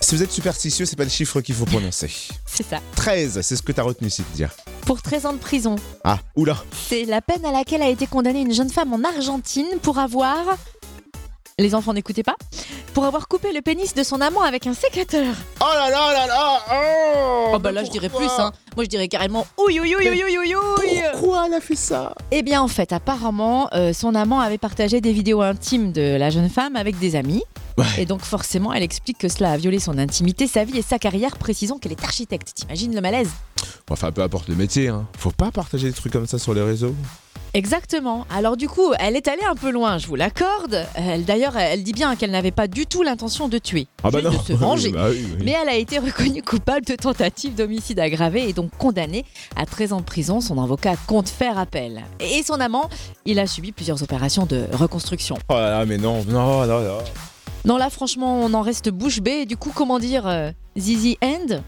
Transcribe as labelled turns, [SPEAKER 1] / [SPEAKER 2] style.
[SPEAKER 1] Si vous êtes superstitieux, c'est pas le chiffre qu'il faut prononcer.
[SPEAKER 2] C'est ça.
[SPEAKER 1] 13, c'est ce que t'as retenu, Cynthia.
[SPEAKER 2] Pour 13 ans de prison.
[SPEAKER 1] Ah, oula.
[SPEAKER 2] C'est la peine à laquelle a été condamnée une jeune femme en Argentine pour avoir. Les enfants n'écoutez pas Pour avoir coupé le pénis de son amant avec un sécateur.
[SPEAKER 1] Oh là là là là Oh,
[SPEAKER 2] Oh bah là, je dirais plus, hein. Moi, je dirais carrément ouïe ouïe ouïe ouïe ouïe ouïe ouïe.
[SPEAKER 1] Pourquoi elle a fait ça
[SPEAKER 2] Eh bien, en fait, apparemment, euh, son amant avait partagé des vidéos intimes de la jeune femme avec des amis.
[SPEAKER 1] Ouais.
[SPEAKER 2] Et donc, forcément, elle explique que cela a violé son intimité, sa vie et sa carrière, précisant qu'elle est architecte. T'imagines le malaise
[SPEAKER 1] Enfin, peu importe le métier, hein. Faut pas partager des trucs comme ça sur les réseaux.
[SPEAKER 2] Exactement. Alors du coup, elle est allée un peu loin, je vous l'accorde. Elle d'ailleurs, elle dit bien qu'elle n'avait pas du tout l'intention de tuer,
[SPEAKER 1] Ah bah
[SPEAKER 2] juste
[SPEAKER 1] non
[SPEAKER 2] de se venger.
[SPEAKER 1] Bah oui, oui.
[SPEAKER 2] Mais elle a été reconnue coupable de tentative d'homicide aggravé et donc condamnée à 13 ans de prison. Son avocat compte faire appel. Et son amant, il a subi plusieurs opérations de reconstruction.
[SPEAKER 1] Oh là là, mais non, non, non, non.
[SPEAKER 2] Non là, franchement, on en reste bouche bée. Du coup, comment dire euh, Zizi End